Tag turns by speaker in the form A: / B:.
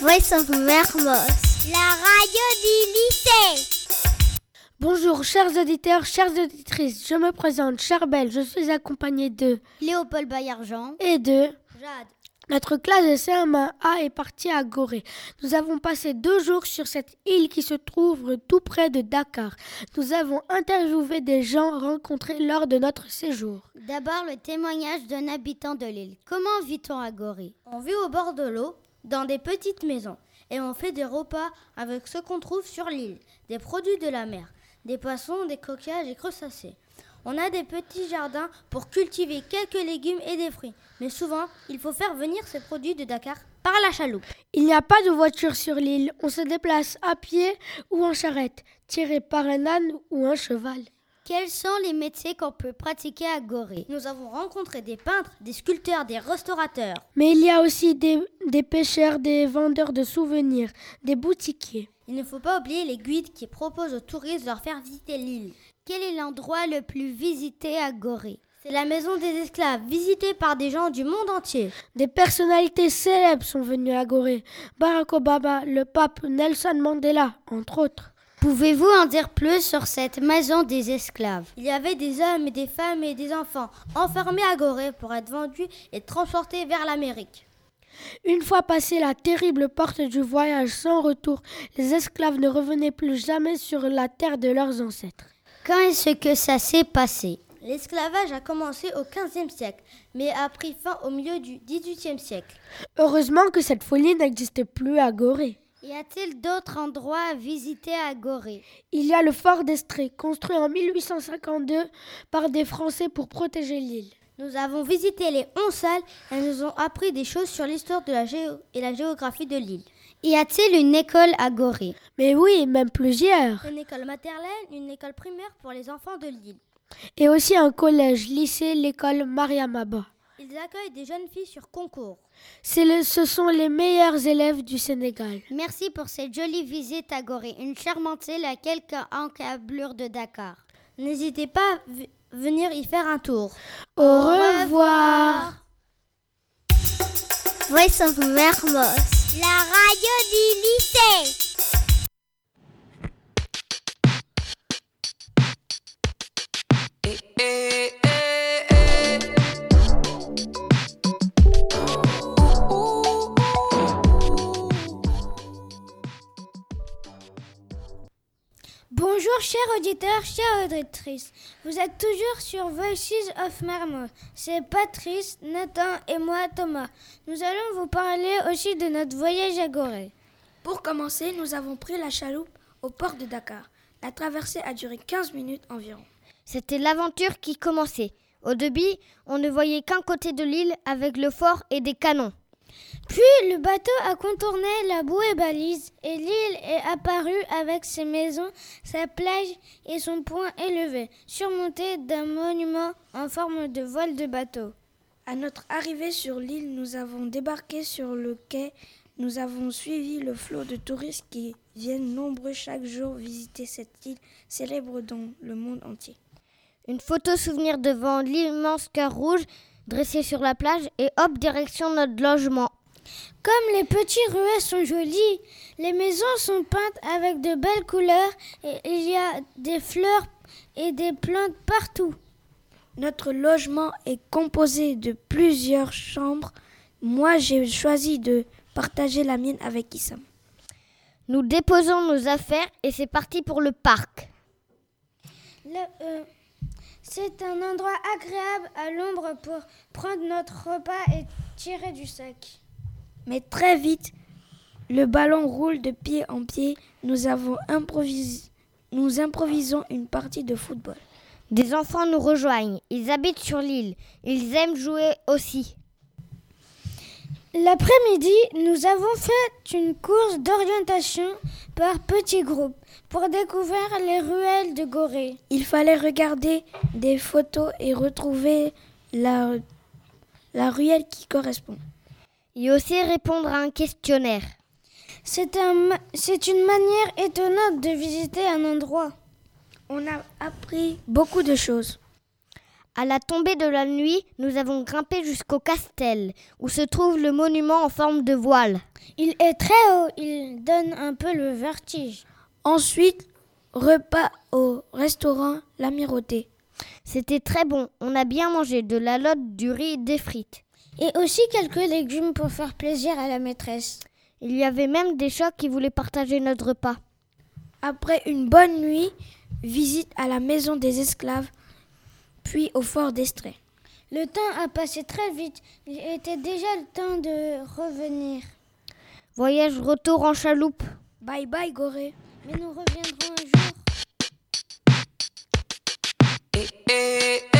A: Voice of Mermos.
B: La radio du lycée.
C: Bonjour chers auditeurs, chères auditrices, je me présente Charbel, je suis accompagnée de
D: Léopold Bayargent
C: et de
D: Jade.
C: Notre classe de CM1A est partie à Gorée. Nous avons passé deux jours sur cette île qui se trouve tout près de Dakar. Nous avons interviewé des gens rencontrés lors de notre séjour.
D: D'abord le témoignage d'un habitant de l'île. Comment vit-on à Gorée
E: On vit au bord de l'eau, dans des petites maisons, et on fait des repas avec ce qu'on trouve sur l'île, des produits de la mer, des poissons, des coquillages et crustacés. On a des petits jardins pour cultiver quelques légumes et des fruits. Mais souvent, il faut faire venir ces produits de Dakar par la chaloupe.
C: Il n'y a pas de voiture sur l'île. On se déplace à pied ou en charrette, tiré par un âne ou un cheval.
D: Quels sont les métiers qu'on peut pratiquer à Gorée
E: Nous avons rencontré des peintres, des sculpteurs, des restaurateurs.
C: Mais il y a aussi des, des pêcheurs, des vendeurs de souvenirs, des boutiquiers.
E: Il ne faut pas oublier les guides qui proposent aux touristes de leur faire visiter l'île.
D: Quel est l'endroit le plus visité à Gorée
E: C'est la maison des esclaves, visitée par des gens du monde entier.
C: Des personnalités célèbres sont venues à Gorée. Barack Obama, le pape Nelson Mandela, entre autres.
D: Pouvez-vous en dire plus sur cette maison des esclaves
E: Il y avait des hommes et des femmes et des enfants enfermés à Gorée pour être vendus et transportés vers l'Amérique.
C: Une fois passée la terrible porte du voyage sans retour, les esclaves ne revenaient plus jamais sur la terre de leurs ancêtres.
D: Quand est-ce que ça s'est passé
E: L'esclavage a commencé au XVe siècle, mais a pris fin au milieu du XVIIIe siècle.
C: Heureusement que cette folie n'existe plus à Gorée.
D: Y a-t-il d'autres endroits à visiter à Gorée
C: Il y a le fort d'Estrée, construit en 1852 par des Français pour protéger l'île.
E: Nous avons visité les 11 salles et nous ont appris des choses sur l'histoire de la géo et la géographie de l'île.
D: Y a-t-il une école à Gorée
C: Mais oui, même plusieurs.
E: Une école maternelle, une école primaire pour les enfants de l'île.
C: Et aussi un collège, lycée, l'école Mariamaba.
E: Ils accueillent des jeunes filles sur concours.
C: Le, ce sont les meilleurs élèves du Sénégal.
D: Merci pour cette jolie visite à Gorée, une charmante île à quelques encablures de Dakar.
E: N'hésitez pas à venir y faire un tour.
C: Au, Au
D: Ah.
C: revoir.
A: Voice of Mermos.
B: La radio du lycée.
F: Eh, eh, eh, eh. Ouh, ouh, ouh,
B: Bonjour chers auditeurs, chères auditrices. Vous êtes toujours sur Voices of Marmot. C'est Patrice, Nathan et moi Thomas. Nous allons vous parler aussi de notre voyage à Gorée.
G: Pour commencer, nous avons pris la chaloupe au port de Dakar. La traversée a duré 15 minutes environ.
D: C'était l'aventure qui commençait. Au début, on ne voyait qu'un côté de l'île avec le fort et des canons.
B: Puis le bateau a contourné la bouée balise et l'île est apparue avec ses maisons, sa plage et son point élevé, surmonté d'un monument en forme de voile de bateau.
G: À notre arrivée sur l'île, nous avons débarqué sur le quai. Nous avons suivi le flot de touristes qui viennent nombreux chaque jour visiter cette île célèbre dans le monde entier.
D: Une photo souvenir devant l'immense cœur rouge dressé sur la plage et hop, direction notre logement.
B: Comme les petits ruets sont jolis, les maisons sont peintes avec de belles couleurs et il y a des fleurs et des plantes partout.
G: Notre logement est composé de plusieurs chambres. Moi, j'ai choisi de partager la mienne avec Issam.
D: Nous déposons nos affaires et c'est parti pour le parc.
B: Le, euh c'est un endroit agréable à l'ombre pour prendre notre repas et tirer du sac.
G: Mais très vite, le ballon roule de pied en pied. Nous avons improvisé, nous improvisons une partie de football.
D: Des enfants nous rejoignent. Ils habitent sur l'île. Ils aiment jouer aussi.
B: L'après-midi, nous avons fait une course d'orientation par petits groupes pour découvrir les ruelles de Gorée.
G: Il fallait regarder des photos et retrouver la, la ruelle qui correspond.
D: Et aussi répondre à un questionnaire.
B: C'est un, une manière étonnante de visiter un endroit.
G: On a appris beaucoup de choses.
D: À la tombée de la nuit, nous avons grimpé jusqu'au castel, où se trouve le monument en forme de voile.
H: Il est très haut, il donne un peu le vertige.
C: Ensuite, repas au restaurant L'Amirauté.
D: C'était très bon, on a bien mangé de la lotte, du riz, et des frites.
H: Et aussi quelques légumes pour faire plaisir à la maîtresse.
D: Il y avait même des chats qui voulaient partager notre repas.
C: Après une bonne nuit, visite à la maison des esclaves, puis au fort d'Estrée.
H: Le temps a passé très vite, il était déjà le temps de revenir.
D: Voyage retour en chaloupe.
C: Bye bye Gorée.
H: Mais nous reviendrons un jour.
I: eh, eh, eh.